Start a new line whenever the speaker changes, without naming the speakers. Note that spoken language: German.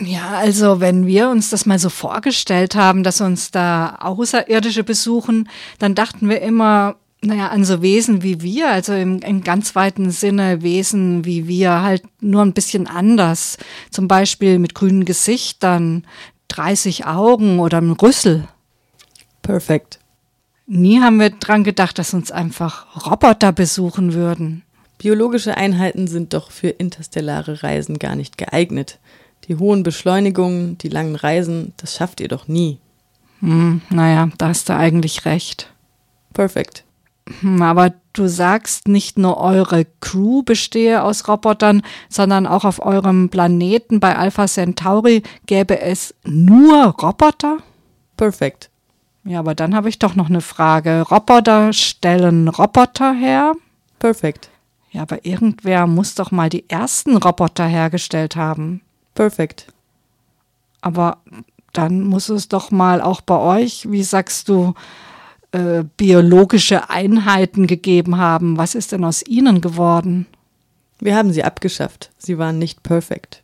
Ja, also wenn wir uns das mal so vorgestellt haben, dass uns da Außerirdische besuchen, dann dachten wir immer, naja, an so Wesen wie wir, also im, im ganz weiten Sinne Wesen wie wir, halt nur ein bisschen anders. Zum Beispiel mit grünen Gesichtern, 30 Augen oder einem Rüssel.
Perfekt.
Nie haben wir dran gedacht, dass uns einfach Roboter besuchen würden.
Biologische Einheiten sind doch für interstellare Reisen gar nicht geeignet. Die hohen Beschleunigungen, die langen Reisen, das schafft ihr doch nie.
Hm, naja, da hast du eigentlich recht.
Perfekt.
Hm, Aber du sagst, nicht nur eure Crew bestehe aus Robotern, sondern auch auf eurem Planeten bei Alpha Centauri gäbe es nur Roboter?
Perfekt.
Ja, aber dann habe ich doch noch eine Frage. Roboter stellen Roboter her?
Perfekt.
Ja, aber irgendwer muss doch mal die ersten Roboter hergestellt haben.
Perfekt.
Aber dann muss es doch mal auch bei euch, wie sagst du, äh, biologische Einheiten gegeben haben. Was ist denn aus ihnen geworden?
Wir haben sie abgeschafft. Sie waren nicht perfekt.